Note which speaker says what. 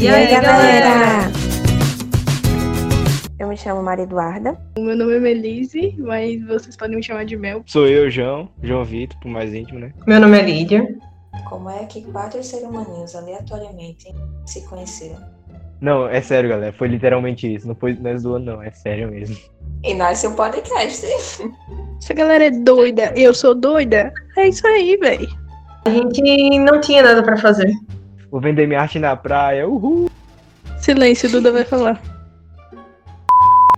Speaker 1: E, aí, galera?
Speaker 2: Eu me chamo Maria Eduarda.
Speaker 3: O meu nome é Melise, mas vocês podem me chamar de Mel.
Speaker 4: Sou eu, João. João Vitor, por mais íntimo, né?
Speaker 5: Meu nome é Lídia.
Speaker 2: Como é que quatro seres humanos aleatoriamente se conheceram?
Speaker 4: Não, é sério, galera. Foi literalmente isso. Não foi não é zoando, não. É sério mesmo.
Speaker 2: E nasce um podcast.
Speaker 3: Essa galera é doida, eu sou doida. É isso aí, véi.
Speaker 5: A gente não tinha nada pra fazer.
Speaker 4: Vou vender minha arte na praia. Uhul!
Speaker 3: Silêncio, Duda vai falar.